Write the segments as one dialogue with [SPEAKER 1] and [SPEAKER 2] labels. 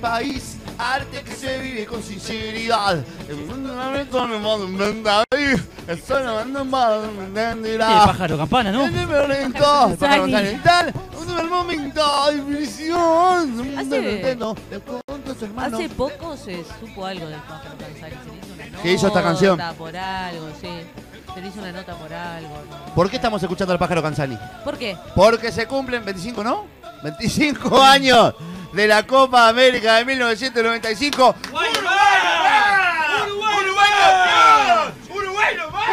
[SPEAKER 1] país, arte que se vive con sinceridad. Pájaro
[SPEAKER 2] pájaro campana, ¿no?
[SPEAKER 1] violento, pájaro
[SPEAKER 3] Sani.
[SPEAKER 1] calental, un mal momento de prisión.
[SPEAKER 3] Hace- Hace
[SPEAKER 1] Hace
[SPEAKER 3] poco se supo algo del pájaro Canzani. Se le hizo una nota
[SPEAKER 1] Que hizo esta canción.
[SPEAKER 3] por algo, sí. Se le hizo una nota por algo. ¿no?
[SPEAKER 1] ¿Por qué estamos escuchando al pájaro Canzani?
[SPEAKER 3] ¿Por qué?
[SPEAKER 1] Porque se cumplen 25, ¿no? 25 años de la Copa América de 1995.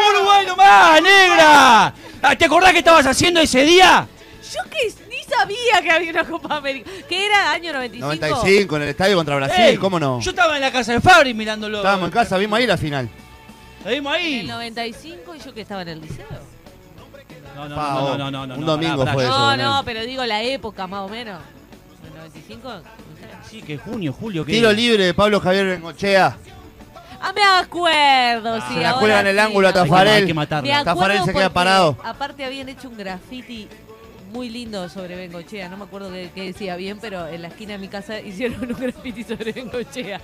[SPEAKER 2] ¡Uruguay nomás, ¡Ah, negra! Ah, ¿Te acordás que estabas haciendo ese día?
[SPEAKER 3] Yo que ni sabía que había una Copa América. Que era año 95.
[SPEAKER 1] 95 en el estadio contra Brasil,
[SPEAKER 2] Ey,
[SPEAKER 1] Ah, ¿cómo no?
[SPEAKER 2] Yo estaba en la casa de Fabri mirándolo.
[SPEAKER 1] Estábamos en casa, vimos ahí la final.
[SPEAKER 2] ¿Lo vimos
[SPEAKER 3] En el
[SPEAKER 2] ahí?
[SPEAKER 3] 95 y yo que estaba en el liceo.
[SPEAKER 2] No, no,
[SPEAKER 1] Pa, oh,
[SPEAKER 2] no, no, no, no, no,
[SPEAKER 1] un
[SPEAKER 2] no,
[SPEAKER 1] domingo
[SPEAKER 2] pará, pará.
[SPEAKER 1] fue.
[SPEAKER 3] no,
[SPEAKER 1] eso,
[SPEAKER 3] no,
[SPEAKER 1] Daniel.
[SPEAKER 3] pero digo la época más o menos. ¿El 95? no sé.
[SPEAKER 2] Sí, que junio, julio, que.
[SPEAKER 1] Tiro libre de Pablo Javier Bengochea.
[SPEAKER 3] Ah, me acuerdo,
[SPEAKER 1] Ah.
[SPEAKER 3] sí.
[SPEAKER 2] Se la
[SPEAKER 3] ahora
[SPEAKER 1] cuelga en el
[SPEAKER 3] sí,
[SPEAKER 1] ángulo a
[SPEAKER 3] ahora sí.
[SPEAKER 1] Tafarel.
[SPEAKER 2] Hay que
[SPEAKER 3] Me
[SPEAKER 2] matarla.
[SPEAKER 1] Mirá.
[SPEAKER 3] acuerdo
[SPEAKER 1] Tafarel se queda
[SPEAKER 3] porque
[SPEAKER 1] parado.
[SPEAKER 3] Aparte habían hecho un graffiti muy lindo sobre Bengochea. No me acuerdo qué, qué decía bien, pero en la esquina de mi casa hicieron un graffiti sobre Bengochea.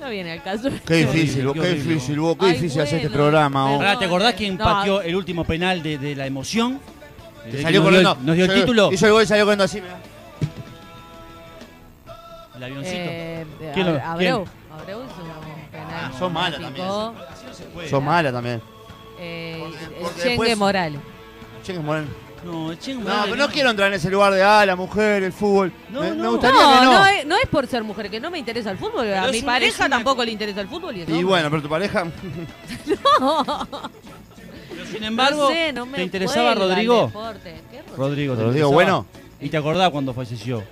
[SPEAKER 3] No viene al caso.
[SPEAKER 1] Qué difícil, vos,
[SPEAKER 2] qué
[SPEAKER 1] qué
[SPEAKER 2] horrible,
[SPEAKER 1] difícil, vos, qué
[SPEAKER 3] Ay,
[SPEAKER 1] difícil hacer este
[SPEAKER 3] bueno,
[SPEAKER 1] programa. vos.
[SPEAKER 3] perdón.
[SPEAKER 2] Pará, ¿Te acordás quién
[SPEAKER 3] No.
[SPEAKER 2] pateó el último penal de, de la emoción? El
[SPEAKER 1] Te
[SPEAKER 2] que
[SPEAKER 1] salió
[SPEAKER 2] nos dio el-
[SPEAKER 1] corriendo.
[SPEAKER 2] Nos dio el
[SPEAKER 1] Salió-
[SPEAKER 2] título.
[SPEAKER 1] Hizo el gol y salió corriendo así. mirá.
[SPEAKER 2] El avioncito.
[SPEAKER 3] Eh,
[SPEAKER 2] ¿Quién lo-
[SPEAKER 3] Ab- Abreu. Abreu hizo un penal.
[SPEAKER 1] Ah, son malas
[SPEAKER 3] picó.
[SPEAKER 1] también.
[SPEAKER 2] Así no se puede.
[SPEAKER 1] Sos mala también.
[SPEAKER 3] Eh,
[SPEAKER 1] Porque-
[SPEAKER 3] el
[SPEAKER 1] porque
[SPEAKER 3] Yengue
[SPEAKER 1] después-
[SPEAKER 3] Morales.
[SPEAKER 1] Che, que Moreno.
[SPEAKER 2] No, chingo,
[SPEAKER 1] No,
[SPEAKER 2] madre,
[SPEAKER 1] pero no quiero entrar en ese lugar de ah, la mujer, el fútbol.
[SPEAKER 2] No,
[SPEAKER 1] me, me
[SPEAKER 2] no.
[SPEAKER 1] gustaría
[SPEAKER 3] No,
[SPEAKER 1] que no.
[SPEAKER 3] no es, no es por ser mujer, que no me interesa el fútbol. a
[SPEAKER 2] es
[SPEAKER 3] mi
[SPEAKER 2] un- es
[SPEAKER 3] pareja
[SPEAKER 2] una-
[SPEAKER 3] tampoco le interesa el fútbol. Y, es
[SPEAKER 1] Y
[SPEAKER 3] hombre.
[SPEAKER 1] bueno, pero tu pareja.
[SPEAKER 2] Pero Sin
[SPEAKER 3] No
[SPEAKER 2] embargo,
[SPEAKER 3] sé, no me
[SPEAKER 2] ¿te interesaba
[SPEAKER 3] cuelga el
[SPEAKER 2] Rodrigo?
[SPEAKER 3] deporte. ¿Qué Rodrigo?
[SPEAKER 2] Rodrigo, ¿te
[SPEAKER 1] Rodrigo
[SPEAKER 2] interesaba?
[SPEAKER 1] Bueno.
[SPEAKER 2] ¿Y te acordás cuando falleció?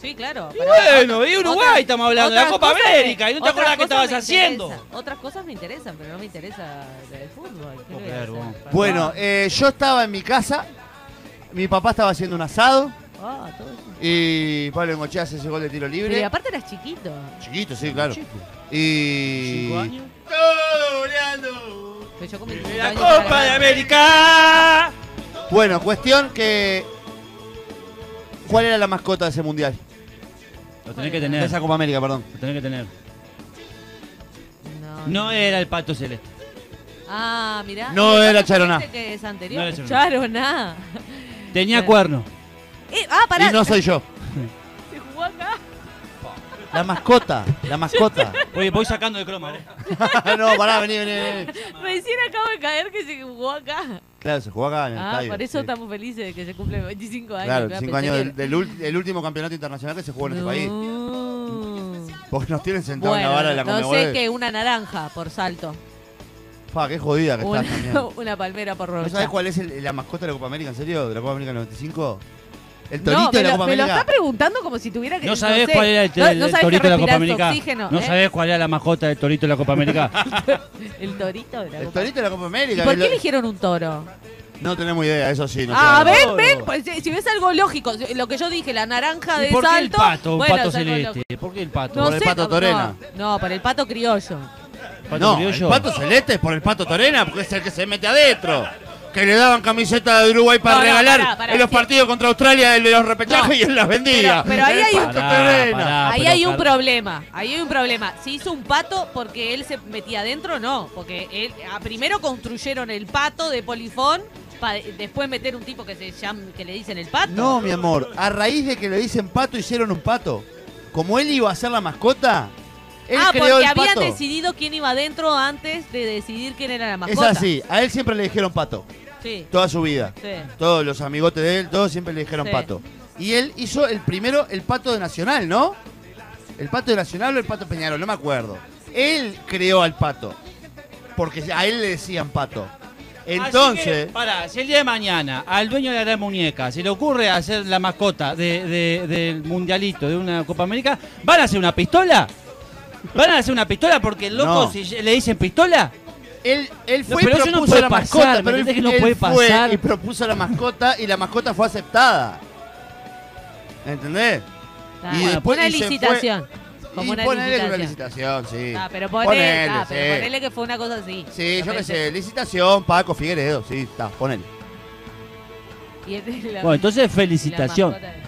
[SPEAKER 3] Sí, claro.
[SPEAKER 2] Y
[SPEAKER 3] pero-
[SPEAKER 2] bueno, y
[SPEAKER 3] Otras-
[SPEAKER 2] Uruguay estamos hablando, de la
[SPEAKER 3] otras
[SPEAKER 2] Copa
[SPEAKER 3] cosas
[SPEAKER 2] América,
[SPEAKER 3] me-
[SPEAKER 2] y no te
[SPEAKER 3] otras
[SPEAKER 2] acordás qué
[SPEAKER 3] cosas
[SPEAKER 2] estabas
[SPEAKER 3] me
[SPEAKER 2] haciendo.
[SPEAKER 3] interesan, Otras cosas me interesan, pero no me interesa el fútbol. ¿qué
[SPEAKER 2] Puedo
[SPEAKER 3] le voy a
[SPEAKER 2] creer,
[SPEAKER 3] hacer?
[SPEAKER 2] vos.
[SPEAKER 3] Perdón.
[SPEAKER 1] Bueno, eh, yo estaba en mi casa, mi papá estaba haciendo un asado
[SPEAKER 3] Ah, todo eso.
[SPEAKER 1] y Pablo Engochea hace ese gol de tiro
[SPEAKER 3] Pero y
[SPEAKER 1] libre.
[SPEAKER 3] aparte eras chiquito.
[SPEAKER 1] Chiquito, sí, claro.
[SPEAKER 2] Chico,
[SPEAKER 1] Y.
[SPEAKER 2] cinco años.
[SPEAKER 1] ¡Todo, Leandro!
[SPEAKER 3] Pero yo con mis cinco
[SPEAKER 2] La
[SPEAKER 3] años ya
[SPEAKER 2] Copa
[SPEAKER 3] era
[SPEAKER 2] de
[SPEAKER 3] grande.
[SPEAKER 2] América.
[SPEAKER 1] Bueno, cuestión que. ¿Cuál era la mascota de ese mundial?
[SPEAKER 2] Lo tenés que
[SPEAKER 1] De
[SPEAKER 2] tener,
[SPEAKER 1] esa Copa América, perdón.
[SPEAKER 2] lo tenés que tener.
[SPEAKER 3] No.
[SPEAKER 2] No era el pato celeste.
[SPEAKER 3] Ah, mirá.
[SPEAKER 1] No
[SPEAKER 3] Pero
[SPEAKER 1] era
[SPEAKER 3] ¿vos
[SPEAKER 1] Charoná.
[SPEAKER 3] dijiste que es anterior.
[SPEAKER 2] No era
[SPEAKER 3] Charoná.
[SPEAKER 2] Tenía
[SPEAKER 3] Bueno.
[SPEAKER 2] cuerno.
[SPEAKER 3] Eh, ah, pará.
[SPEAKER 1] Y no soy yo.
[SPEAKER 3] Se jugó acá.
[SPEAKER 1] La mascota, la mascota.
[SPEAKER 2] Voy, voy sacando de croma. ¿eh?
[SPEAKER 1] no, pará, vení, vení, vení.
[SPEAKER 3] Recién acabo de caer que se jugó acá.
[SPEAKER 1] Claro, se jugaba acá en el
[SPEAKER 3] Ah,
[SPEAKER 1] estadio.
[SPEAKER 3] por eso
[SPEAKER 1] Eh, sí.
[SPEAKER 3] estamos felices de que se cumplen 25 años.
[SPEAKER 1] Claro,
[SPEAKER 3] claro,
[SPEAKER 1] cinco años
[SPEAKER 3] pensé
[SPEAKER 1] del, del ulti- del último campeonato internacional que se jugó en este país.
[SPEAKER 3] No.
[SPEAKER 1] Porque nos tienen sentados en la vara de
[SPEAKER 3] Bueno,
[SPEAKER 1] la
[SPEAKER 3] no
[SPEAKER 1] Conmebol.
[SPEAKER 3] sé que una naranja por salto.
[SPEAKER 1] Fa, qué jodida que estás también.
[SPEAKER 3] Una, una palmera por rocha.
[SPEAKER 1] ¿No sabes cuál es el- la mascota de la Copa América, en serio? ¿De la Copa América del 95? ¿El
[SPEAKER 3] No,
[SPEAKER 1] torito
[SPEAKER 3] me
[SPEAKER 1] de la
[SPEAKER 3] lo,
[SPEAKER 1] Copa
[SPEAKER 3] me lo
[SPEAKER 1] América?
[SPEAKER 3] está preguntando como si tuviera que.
[SPEAKER 2] No sabés
[SPEAKER 3] sé.
[SPEAKER 2] cuál era el,
[SPEAKER 3] No-
[SPEAKER 2] el
[SPEAKER 3] no sabés que
[SPEAKER 2] torito de la Copa
[SPEAKER 3] respirás
[SPEAKER 2] América.
[SPEAKER 3] oxígeno,
[SPEAKER 2] no
[SPEAKER 3] ¿eh?
[SPEAKER 2] sabés cuál era la mascota del torito de la Copa América.
[SPEAKER 3] El torito de la
[SPEAKER 1] El
[SPEAKER 3] Copa
[SPEAKER 1] torito de la Copa
[SPEAKER 3] ¿Y
[SPEAKER 1] América.
[SPEAKER 3] por
[SPEAKER 1] que
[SPEAKER 3] qué
[SPEAKER 1] lo-
[SPEAKER 3] eligieron un toro?
[SPEAKER 1] No tenemos idea, eso sí. No
[SPEAKER 3] Ah,
[SPEAKER 1] tenemos-
[SPEAKER 3] ven, ven. pues, si si ves algo lógico, lo que yo dije, la naranja de
[SPEAKER 2] ¿Y por qué el
[SPEAKER 3] salto.
[SPEAKER 2] pato? Un
[SPEAKER 3] bueno,
[SPEAKER 2] pato
[SPEAKER 3] es algo
[SPEAKER 2] celeste.
[SPEAKER 3] lógico.
[SPEAKER 2] ¿Por qué el pato?
[SPEAKER 3] No
[SPEAKER 1] Por el
[SPEAKER 3] sé,
[SPEAKER 1] pato
[SPEAKER 3] no-
[SPEAKER 1] Torena.
[SPEAKER 3] No, por el pato criollo.
[SPEAKER 2] ¿Pato
[SPEAKER 1] No,
[SPEAKER 2] criollo?
[SPEAKER 1] el pato celeste es por el pato Torena, porque es el que se mete adentro. Que le daban camiseta de Uruguay para
[SPEAKER 3] No, no,
[SPEAKER 1] regalar
[SPEAKER 3] pará, pará,
[SPEAKER 1] en los
[SPEAKER 3] sí.
[SPEAKER 1] partidos contra Australia, el de los repechajes
[SPEAKER 3] No.
[SPEAKER 1] y él las vendía.
[SPEAKER 3] Pero- pero ahí
[SPEAKER 1] El
[SPEAKER 3] hay un-
[SPEAKER 1] pato
[SPEAKER 2] Pará,
[SPEAKER 1] Torena.
[SPEAKER 2] pará,
[SPEAKER 3] ahí
[SPEAKER 2] Ah, pero
[SPEAKER 3] hay un
[SPEAKER 2] Car-
[SPEAKER 3] problema, ahí hay un problema. ¿Se hizo un pato porque él se metía adentro? No, porque él, a- primero construyeron el pato de Polifón para después meter un tipo que, se llama, que le dicen el pato.
[SPEAKER 1] No, mi amor, a raíz de que le dicen pato, hicieron un pato. Como él iba a ser la mascota, él
[SPEAKER 3] ah,
[SPEAKER 1] creó
[SPEAKER 3] porque
[SPEAKER 1] el
[SPEAKER 3] habían
[SPEAKER 1] pato.
[SPEAKER 3] decidido quién iba adentro antes de decidir quién era la
[SPEAKER 1] Es
[SPEAKER 3] mascota.
[SPEAKER 1] así, a él siempre le dijeron pato,
[SPEAKER 3] Sí,
[SPEAKER 1] toda su vida.
[SPEAKER 3] sí.
[SPEAKER 1] Todos los amigotes de él, todos siempre le dijeron
[SPEAKER 3] Sí.
[SPEAKER 1] pato. Y él hizo el primero, el pato de Nacional, ¿no? El pato de Nacional o el pato Peñarol, no me acuerdo. Él creó al pato. Porque a él le decían pato.
[SPEAKER 2] Así
[SPEAKER 1] Entonces,
[SPEAKER 2] que, pará, si el día de mañana al dueño de la gran muñeca se le ocurre hacer la mascota de- de- del mundialito de una Copa América, ¿van a hacer una pistola? ¿Van a hacer una pistola porque el loco
[SPEAKER 1] No.
[SPEAKER 2] si le dicen pistola?
[SPEAKER 1] él, él
[SPEAKER 2] No,
[SPEAKER 1] fue
[SPEAKER 2] pero
[SPEAKER 1] y
[SPEAKER 2] eso no
[SPEAKER 1] propuso
[SPEAKER 2] puede
[SPEAKER 1] la
[SPEAKER 2] pasar,
[SPEAKER 1] mascota.
[SPEAKER 2] ¿me
[SPEAKER 1] Pero él,
[SPEAKER 2] entendés que no
[SPEAKER 1] él
[SPEAKER 2] puede
[SPEAKER 1] fue
[SPEAKER 2] pasar?
[SPEAKER 1] y propuso la mascota y la mascota fue aceptada. ¿Entendés?
[SPEAKER 3] Ah,
[SPEAKER 1] Y después
[SPEAKER 3] una
[SPEAKER 1] y se fue-
[SPEAKER 3] licitación.
[SPEAKER 1] y
[SPEAKER 3] Como una
[SPEAKER 1] ponele
[SPEAKER 3] licitación.
[SPEAKER 1] una licitación, sí.
[SPEAKER 3] Ah, pero ponele,
[SPEAKER 1] Ponele,
[SPEAKER 3] ah, pero
[SPEAKER 1] sí.
[SPEAKER 3] ponele que fue una cosa así.
[SPEAKER 1] Sí, yo qué
[SPEAKER 3] Realmente.
[SPEAKER 1] sé, licitación, Paco Figueredo, sí, está, ponele.
[SPEAKER 3] Y este es la-
[SPEAKER 2] Bueno, entonces
[SPEAKER 3] la
[SPEAKER 2] felicitación.
[SPEAKER 3] mascota.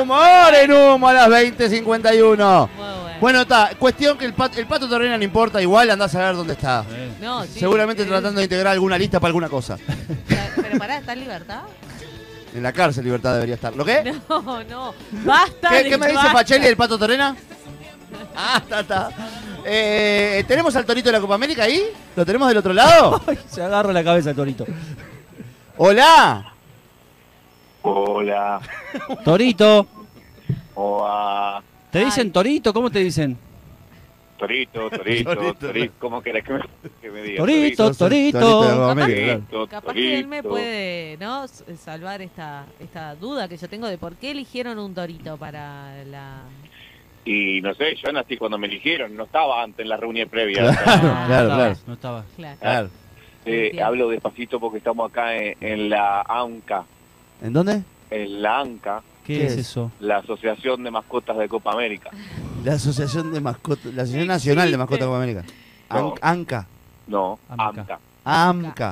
[SPEAKER 1] Humor en humo a las 20.51.
[SPEAKER 3] Muy bueno.
[SPEAKER 1] Bueno, está. Cuestión que el pato, el pato Torrena no importa, igual andás a ver dónde está.
[SPEAKER 2] Eh.
[SPEAKER 3] No, sí.
[SPEAKER 1] Seguramente
[SPEAKER 3] Eh,
[SPEAKER 1] tratando de integrar alguna lista para alguna cosa.
[SPEAKER 3] Pero pará, ¿está en libertad?
[SPEAKER 1] En la cárcel, libertad debería estar. ¿Lo qué?
[SPEAKER 3] No, no. Basta.
[SPEAKER 1] ¿Qué,
[SPEAKER 3] de-
[SPEAKER 1] qué me dice
[SPEAKER 3] basta.
[SPEAKER 1] Pacheli del pato Torrena? Ah, está, está. Eh, ¿Tenemos al torito de la Copa América ahí? ¿Lo tenemos del otro lado?
[SPEAKER 2] Ay, se agarra la cabeza el torito.
[SPEAKER 1] ¡Hola!
[SPEAKER 4] Hola,
[SPEAKER 2] Torito.
[SPEAKER 4] Oa,
[SPEAKER 2] ¿Te dicen
[SPEAKER 3] Ay.
[SPEAKER 2] torito? ¿Cómo te dicen?
[SPEAKER 4] Torito, Torito,
[SPEAKER 1] Torito.
[SPEAKER 4] Torito, ¿cómo querés que me, que me diga?
[SPEAKER 2] Torito, torito.
[SPEAKER 1] de la Copa
[SPEAKER 3] Capaz
[SPEAKER 1] América,
[SPEAKER 4] que-
[SPEAKER 1] claro.
[SPEAKER 4] Torito,
[SPEAKER 3] Capaz que él me
[SPEAKER 4] torito.
[SPEAKER 3] puede ¿no? S- eh, salvar esta, esta duda que yo tengo de por qué eligieron un torito para la...
[SPEAKER 4] Y no sé, yo nací cuando me eligieron, no estaba antes en la reunión previa.
[SPEAKER 1] Claro,
[SPEAKER 3] Ah,
[SPEAKER 1] claro,
[SPEAKER 2] no
[SPEAKER 1] claro.
[SPEAKER 2] estabas, No estaba.
[SPEAKER 3] Claro.
[SPEAKER 1] Claro.
[SPEAKER 4] Eh,
[SPEAKER 3] Entiendo.
[SPEAKER 4] hablo despacito porque estamos acá en, en la ANCA,
[SPEAKER 1] ¿En dónde?
[SPEAKER 4] en la ANCA,
[SPEAKER 2] ¿Qué,
[SPEAKER 1] ¿Qué
[SPEAKER 2] es
[SPEAKER 1] es?
[SPEAKER 2] eso?
[SPEAKER 4] la Asociación de Mascotas de Copa América.
[SPEAKER 1] La Asociación de Mascotas, la Asociación Nacional de Mascotas de Copa América. An-
[SPEAKER 4] No.
[SPEAKER 1] Anca.
[SPEAKER 4] No,
[SPEAKER 2] AMCA.
[SPEAKER 4] AMCA.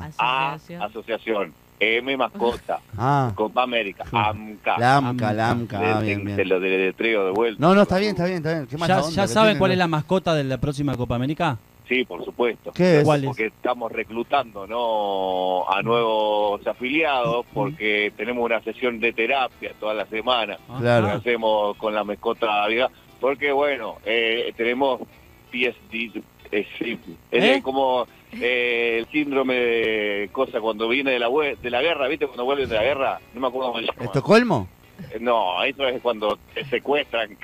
[SPEAKER 1] AMCA.
[SPEAKER 4] A,
[SPEAKER 3] Asociación.
[SPEAKER 4] Asociación. M, Mascota.
[SPEAKER 1] Ah,
[SPEAKER 4] Copa América. AMCA.
[SPEAKER 1] la AMCA, la AMCA. Ah,
[SPEAKER 4] Te-
[SPEAKER 1] bien,
[SPEAKER 4] Te
[SPEAKER 1] bien.
[SPEAKER 4] lo deletreo de vuelta.
[SPEAKER 1] No, no, está bien, está bien, está bien. ¿Qué más
[SPEAKER 2] ¿Ya,
[SPEAKER 1] onda
[SPEAKER 2] ya
[SPEAKER 1] que
[SPEAKER 2] saben
[SPEAKER 1] tienen,
[SPEAKER 2] cuál es
[SPEAKER 1] no?
[SPEAKER 2] la mascota de la próxima Copa América?
[SPEAKER 4] Sí, por supuesto.
[SPEAKER 1] ¿Qué es?
[SPEAKER 2] ¿Cuál es?
[SPEAKER 4] porque estamos reclutando ¿no? a nuevos afiliados, porque tenemos una sesión de terapia toda la semana
[SPEAKER 2] Ah,
[SPEAKER 1] Claro.
[SPEAKER 4] que
[SPEAKER 2] ah.
[SPEAKER 4] hacemos con la mascota vida, porque bueno, eh, tenemos PSD, eh, sí, es
[SPEAKER 2] ¿Eh?
[SPEAKER 4] como eh, el síndrome de cosa cuando viene de la hue- de la guerra, ¿viste? Cuando vuelven de la guerra, no me acuerdo cómo se llama.
[SPEAKER 1] ¿Estocolmo?
[SPEAKER 4] Eh, No, eso es cuando te secuestran.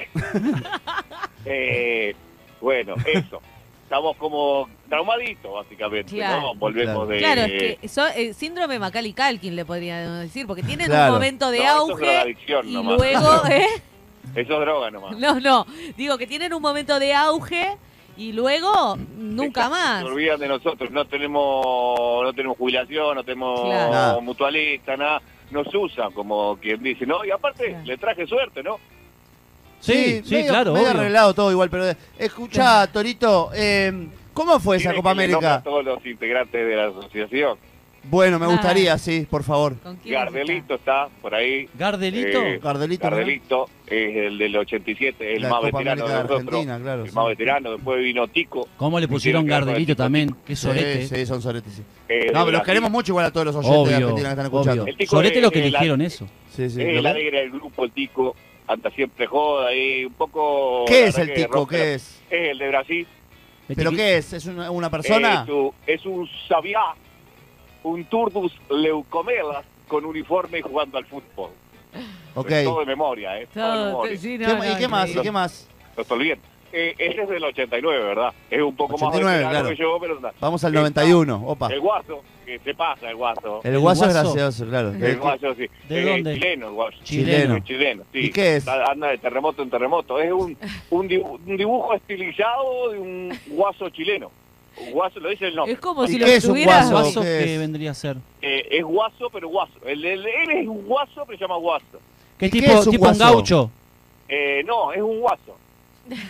[SPEAKER 4] Eh, bueno, eso. Estamos como traumaditos, básicamente.
[SPEAKER 3] Claro.
[SPEAKER 4] ¿no? Volvemos de...
[SPEAKER 3] Ah, Claro, es que so- eh, síndrome Macaulay Culkin le podrían decir, porque tienen
[SPEAKER 1] Claro.
[SPEAKER 3] un momento de
[SPEAKER 4] No, eso es
[SPEAKER 3] auge
[SPEAKER 4] drogadicción
[SPEAKER 3] y
[SPEAKER 4] nomás.
[SPEAKER 3] luego, ¿eh?
[SPEAKER 4] Eso es droga nomás.
[SPEAKER 3] No, no, digo que tienen un momento de auge y luego nunca
[SPEAKER 4] Exacto,
[SPEAKER 3] más.
[SPEAKER 4] Se olvidan de nosotros. No tenemos no tenemos jubilación, no tenemos
[SPEAKER 3] Claro.
[SPEAKER 1] Nada.
[SPEAKER 4] mutualista, nada. Nos usan, como quien dice, ¿no? Y aparte,
[SPEAKER 3] Claro.
[SPEAKER 4] le traje suerte, ¿no?
[SPEAKER 2] Sí, sí,
[SPEAKER 1] medio-
[SPEAKER 2] claro.
[SPEAKER 1] medio
[SPEAKER 2] obvio.
[SPEAKER 1] arreglado todo igual, pero escucha, Torito, eh, ¿cómo fue esa
[SPEAKER 4] Tiene
[SPEAKER 1] Copa
[SPEAKER 4] que le nombra
[SPEAKER 1] América?
[SPEAKER 4] A todos los integrantes de la asociación.
[SPEAKER 1] Bueno, me
[SPEAKER 3] Ah.
[SPEAKER 1] gustaría, sí, por favor.
[SPEAKER 3] ¿Con quién
[SPEAKER 4] Gardelito está por ahí.
[SPEAKER 2] ¿Gardelito?
[SPEAKER 4] Eh,
[SPEAKER 1] Cardelito, ¿no?
[SPEAKER 4] Cardelito es el del 87, el
[SPEAKER 1] la
[SPEAKER 4] más
[SPEAKER 1] Copa
[SPEAKER 4] veterano
[SPEAKER 1] América
[SPEAKER 4] de
[SPEAKER 1] de
[SPEAKER 4] nosotros.
[SPEAKER 1] Argentina, claro.
[SPEAKER 4] El
[SPEAKER 1] sí.
[SPEAKER 4] más veterano, después vino Tico.
[SPEAKER 2] ¿Cómo le
[SPEAKER 4] Y
[SPEAKER 2] pusieron
[SPEAKER 4] tiene que
[SPEAKER 2] Gardelito
[SPEAKER 4] haber
[SPEAKER 2] también? Qué
[SPEAKER 1] Sí,
[SPEAKER 2] sorete.
[SPEAKER 1] sí, son soretes. sí. No,
[SPEAKER 4] eh, de
[SPEAKER 1] pero los
[SPEAKER 4] Brasil.
[SPEAKER 1] queremos mucho igual a todos los oyentes de
[SPEAKER 2] Obvio,
[SPEAKER 1] Argentina que están escuchando.
[SPEAKER 2] obvio.
[SPEAKER 4] El tipo
[SPEAKER 2] Sorete
[SPEAKER 4] es-
[SPEAKER 2] lo que
[SPEAKER 4] es la-
[SPEAKER 2] eligieron eso.
[SPEAKER 1] Sí, sí.
[SPEAKER 4] Eh,
[SPEAKER 1] ¿lo
[SPEAKER 4] la
[SPEAKER 1] ves?
[SPEAKER 4] negra del grupo, el Tico, anda siempre joda y un poco...
[SPEAKER 1] ¿Qué
[SPEAKER 4] la
[SPEAKER 1] es el
[SPEAKER 4] verdad que
[SPEAKER 1] tico?
[SPEAKER 4] rompe
[SPEAKER 1] ¿Qué es?
[SPEAKER 4] la- Es el de Brasil.
[SPEAKER 1] ¿Pero qué es? ¿Es una, una persona?
[SPEAKER 4] Es, un- es un sabiá, un turdus leucomela con uniforme y jugando al fútbol.
[SPEAKER 1] ok.
[SPEAKER 4] Todo de memoria, ¿eh? Todo de
[SPEAKER 3] Todo,
[SPEAKER 4] memoria.
[SPEAKER 3] sí,
[SPEAKER 1] ¿Qué
[SPEAKER 3] no,
[SPEAKER 1] ma-
[SPEAKER 3] no,
[SPEAKER 1] ¿Y qué más? ¿Y
[SPEAKER 3] increíble.
[SPEAKER 1] qué más?
[SPEAKER 4] Lo estoy bien. Eh, ese es del 89, ¿verdad? Es un poco
[SPEAKER 1] 89,
[SPEAKER 4] más
[SPEAKER 1] claro.
[SPEAKER 4] veterano que yo, pero... anda.
[SPEAKER 1] Vamos al
[SPEAKER 4] Está
[SPEAKER 1] 91. Opa. Eh,
[SPEAKER 4] El guaso, que se pasa el guaso.
[SPEAKER 1] El guaso es
[SPEAKER 2] guaso?
[SPEAKER 1] gracioso, claro.
[SPEAKER 4] El guayo, sí.
[SPEAKER 2] ¿De
[SPEAKER 4] Eh,
[SPEAKER 2] dónde?
[SPEAKER 4] Chileno, el guayo.
[SPEAKER 1] Chileno.
[SPEAKER 4] Es chileno, sí.
[SPEAKER 1] ¿Y qué es?
[SPEAKER 4] Anda anda de terremoto en terremoto. Es un, un, dibu- un dibujo estilizado de un guaso chileno. Guaso, lo dice el nombre.
[SPEAKER 3] Es como
[SPEAKER 1] ¿Y
[SPEAKER 3] si
[SPEAKER 1] qué
[SPEAKER 3] lo
[SPEAKER 1] es un
[SPEAKER 3] tuviera...
[SPEAKER 1] guaso?
[SPEAKER 2] ¿Guaso
[SPEAKER 1] ¿Qué
[SPEAKER 2] qué
[SPEAKER 1] es?
[SPEAKER 2] vendría a ser?
[SPEAKER 4] Eh, es guaso, pero guaso. Él, él- él es un guaso, pero se llama guaso.
[SPEAKER 2] ¿Qué
[SPEAKER 1] ¿Y qué
[SPEAKER 2] tipo?
[SPEAKER 1] es un
[SPEAKER 2] tipo un
[SPEAKER 1] guaso?
[SPEAKER 2] gaucho.
[SPEAKER 4] Eh, no, es un guaso.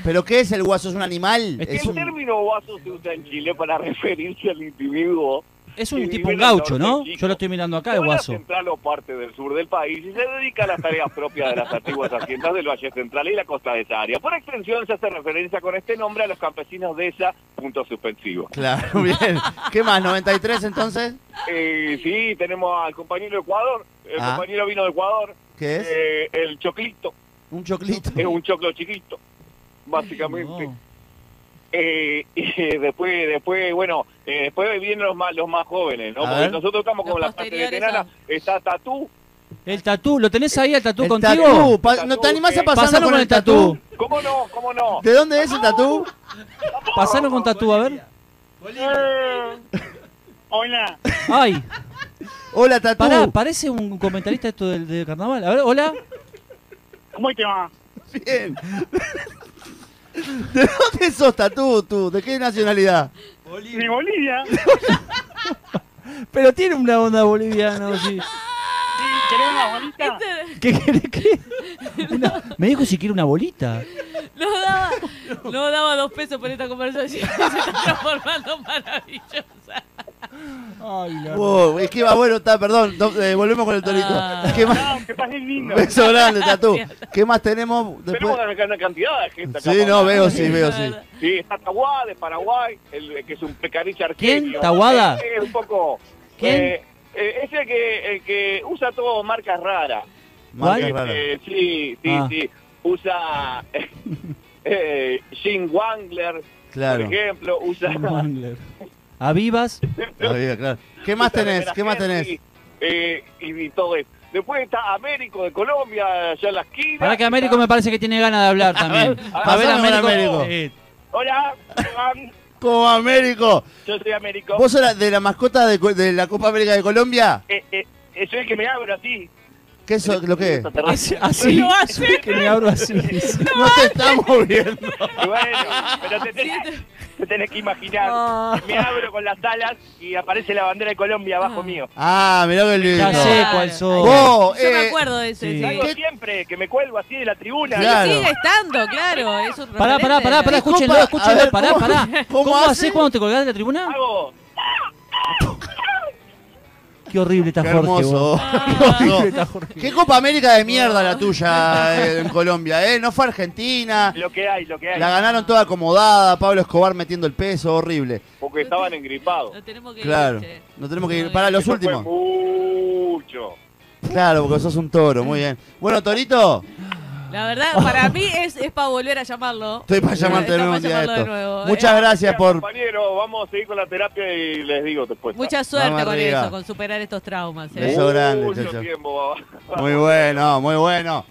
[SPEAKER 1] ¿Pero qué es el guaso? ¿Es un animal?
[SPEAKER 2] Es
[SPEAKER 1] Es
[SPEAKER 4] el
[SPEAKER 1] un...
[SPEAKER 4] término guaso se usa en Chile para referirse al individuo
[SPEAKER 2] Es
[SPEAKER 4] Sí,
[SPEAKER 2] un tipo un
[SPEAKER 4] vive en el
[SPEAKER 2] gaucho,
[SPEAKER 4] norte,
[SPEAKER 2] ¿no?
[SPEAKER 4] chico.
[SPEAKER 2] Yo lo estoy mirando acá,
[SPEAKER 4] de
[SPEAKER 2] el
[SPEAKER 4] una
[SPEAKER 2] guaso.
[SPEAKER 4] central o parte del sur del país y se dedica a las tareas propias de las antiguas haciendas del Valle Central y la costa de esa área. Por extensión se hace referencia con este nombre a los campesinos de esa, punto suspensivo.
[SPEAKER 1] Claro, bien. ¿Qué más? ¿93 entonces?
[SPEAKER 4] Eh, sí, tenemos al compañero de Ecuador, el
[SPEAKER 1] Ah.
[SPEAKER 4] compañero vino de Ecuador,
[SPEAKER 1] ¿Qué es?
[SPEAKER 4] eh, el choclito,
[SPEAKER 1] Un choclito.
[SPEAKER 4] es un choclo chiquito, básicamente.
[SPEAKER 2] No.
[SPEAKER 4] Eh, y después, después, bueno, eh, después vienen los más, los más jóvenes, ¿no?
[SPEAKER 1] A
[SPEAKER 4] Porque
[SPEAKER 1] ver.
[SPEAKER 4] nosotros estamos como
[SPEAKER 3] Los
[SPEAKER 4] la parte
[SPEAKER 3] posteriores
[SPEAKER 4] veterana,
[SPEAKER 3] son.
[SPEAKER 4] está Tatú.
[SPEAKER 2] El tatú, ¿lo tenés ahí el tatú
[SPEAKER 1] El
[SPEAKER 2] contigo?
[SPEAKER 1] tatú, pa-
[SPEAKER 4] Tatú,
[SPEAKER 1] ¿No te animás a
[SPEAKER 4] eh.
[SPEAKER 1] pasarlo con el tatú?
[SPEAKER 4] ¿Cómo no? ¿Cómo no?
[SPEAKER 1] ¿De dónde es el tatú?
[SPEAKER 2] Pasalo con tatú, a ver.
[SPEAKER 4] Eh. Hola.
[SPEAKER 2] Ay,
[SPEAKER 1] Hola, tatú.
[SPEAKER 2] pará, parece un comentarista esto del, del carnaval. A ver, hola.
[SPEAKER 4] ¿Cómo te va?
[SPEAKER 1] Bien. ¿De dónde sos tatú tú? ¿De qué nacionalidad?
[SPEAKER 4] De Bolivia.
[SPEAKER 2] Pero tiene una onda boliviana, sí.
[SPEAKER 4] ¿Querés una bolita?
[SPEAKER 3] Este
[SPEAKER 2] ¿Qué querés que? Una- Me dijo si quiere una bolita.
[SPEAKER 3] No daba, no daba dos pesos por esta conversación. Se está transformando maravillosa.
[SPEAKER 2] Ay, la-
[SPEAKER 1] Wow, es que va bueno, está, perdón, no, eh, volvemos con el torito.
[SPEAKER 2] Ah.
[SPEAKER 1] ¿Qué más?
[SPEAKER 4] No, que pases lindo.
[SPEAKER 1] Beso grande, Tatú.
[SPEAKER 3] Gracias.
[SPEAKER 1] ¿Qué más tenemos después?
[SPEAKER 4] Tenemos una, una cantidad de gente acá.
[SPEAKER 1] Sí, no,
[SPEAKER 4] Pablo.
[SPEAKER 1] veo, sí, veo, sí.
[SPEAKER 4] Sí, está Tahuá de Paraguay, el, que es un pecariche arqueño.
[SPEAKER 2] ¿Quién? ¿Tahuada?
[SPEAKER 4] Es eh, un poco...
[SPEAKER 2] ¿Quién?
[SPEAKER 4] eh, eh, es el que, el que usa todo marcas raras.
[SPEAKER 2] ¿Cuál?
[SPEAKER 1] Marca rara.
[SPEAKER 4] Eh, sí, sí,
[SPEAKER 2] Ah.
[SPEAKER 4] sí. Usa eh, Jim Wangler,
[SPEAKER 1] Claro.
[SPEAKER 4] por ejemplo. Usa...
[SPEAKER 2] Mangler. ¿Avivas?
[SPEAKER 1] Todavía, claro. ¿Qué más
[SPEAKER 4] usa
[SPEAKER 1] tenés?
[SPEAKER 4] remeras
[SPEAKER 1] ¿Qué más tenés?
[SPEAKER 4] Henry, eh, y, y todo eso. Después está Américo de Colombia, allá en la esquina.
[SPEAKER 2] Para que Américo me parece que tiene ganas de hablar también.
[SPEAKER 4] Ah,
[SPEAKER 1] pasame con Américo.
[SPEAKER 2] Eh,
[SPEAKER 4] Hola, ¿cómo van?
[SPEAKER 1] Como Américo.
[SPEAKER 4] yo soy Américo.
[SPEAKER 1] ¿Vos sos de la mascota de, co- de la Copa América de Colombia?
[SPEAKER 4] Eh, eh, eh, soy el que me abro así.
[SPEAKER 1] ¿Qué es eso- lo que es?
[SPEAKER 2] así, así,
[SPEAKER 3] Lo hace.
[SPEAKER 2] que me abro así.
[SPEAKER 1] No te estamos viendo.
[SPEAKER 4] Y Bueno, pero te tenés, te tenés que imaginar.
[SPEAKER 2] Ah,
[SPEAKER 4] Me abro con las alas y aparece la bandera de Colombia abajo mío.
[SPEAKER 1] Ah, mirá que lindo.
[SPEAKER 2] ya sé cuál soy.
[SPEAKER 1] Vos,
[SPEAKER 3] Yo me
[SPEAKER 1] eh,
[SPEAKER 3] acuerdo de ese.
[SPEAKER 2] sí.
[SPEAKER 3] Sí.
[SPEAKER 4] Salgo
[SPEAKER 1] ¿Qué?
[SPEAKER 4] siempre, que me cuelgo así de la tribuna.
[SPEAKER 1] Claro.
[SPEAKER 3] Sigue estando, claro. Es un
[SPEAKER 2] Pará, pará, pará,
[SPEAKER 3] referente de
[SPEAKER 2] pará,
[SPEAKER 3] la-
[SPEAKER 1] Disculpa,
[SPEAKER 2] escúchenlo,
[SPEAKER 1] a ver,
[SPEAKER 2] escúchenlo, pará,
[SPEAKER 1] ¿cómo-
[SPEAKER 2] pará.
[SPEAKER 1] cómo
[SPEAKER 2] ¿Cómo
[SPEAKER 1] hace?
[SPEAKER 2] haces cuando te colgás de la tribuna?
[SPEAKER 4] Hago
[SPEAKER 2] Qué horrible está
[SPEAKER 1] Qué
[SPEAKER 2] Jorge. vos.
[SPEAKER 1] hermoso. Qué hermoso. Qué Copa América de mierda la tuya eh, en Colombia, ¿eh? No fue Argentina.
[SPEAKER 4] lo que hay, lo que hay.
[SPEAKER 1] La ganaron toda acomodada. Pablo Escobar metiendo el peso, horrible.
[SPEAKER 4] Porque estaban engripados.
[SPEAKER 3] Lo tenemos que eh.
[SPEAKER 1] Claro.
[SPEAKER 3] ir, che.
[SPEAKER 1] No tenemos que ir. Para los
[SPEAKER 4] Eso fue
[SPEAKER 1] últimos.
[SPEAKER 4] Mucho.
[SPEAKER 1] Claro, porque sos un toro. Muy bien. Bueno, Torito,
[SPEAKER 3] La verdad, para mí es, es para volver a llamarlo.
[SPEAKER 1] estoy para llamarte de
[SPEAKER 3] Está
[SPEAKER 1] nuevo
[SPEAKER 3] para
[SPEAKER 1] un día de
[SPEAKER 3] llamarlo
[SPEAKER 1] esto.
[SPEAKER 3] nuevo,
[SPEAKER 1] Muchas
[SPEAKER 3] eh.
[SPEAKER 1] gracias por.
[SPEAKER 4] Compañero, vamos a seguir con la terapia y les digo después. ¿ah?
[SPEAKER 3] Mucha suerte
[SPEAKER 1] Vamos
[SPEAKER 3] con
[SPEAKER 1] arriba.
[SPEAKER 3] eso, con superar estos traumas. eh.
[SPEAKER 1] Beso grande,
[SPEAKER 4] Mucho
[SPEAKER 1] chacho.
[SPEAKER 4] tiempo.
[SPEAKER 1] Muy bueno, muy bueno.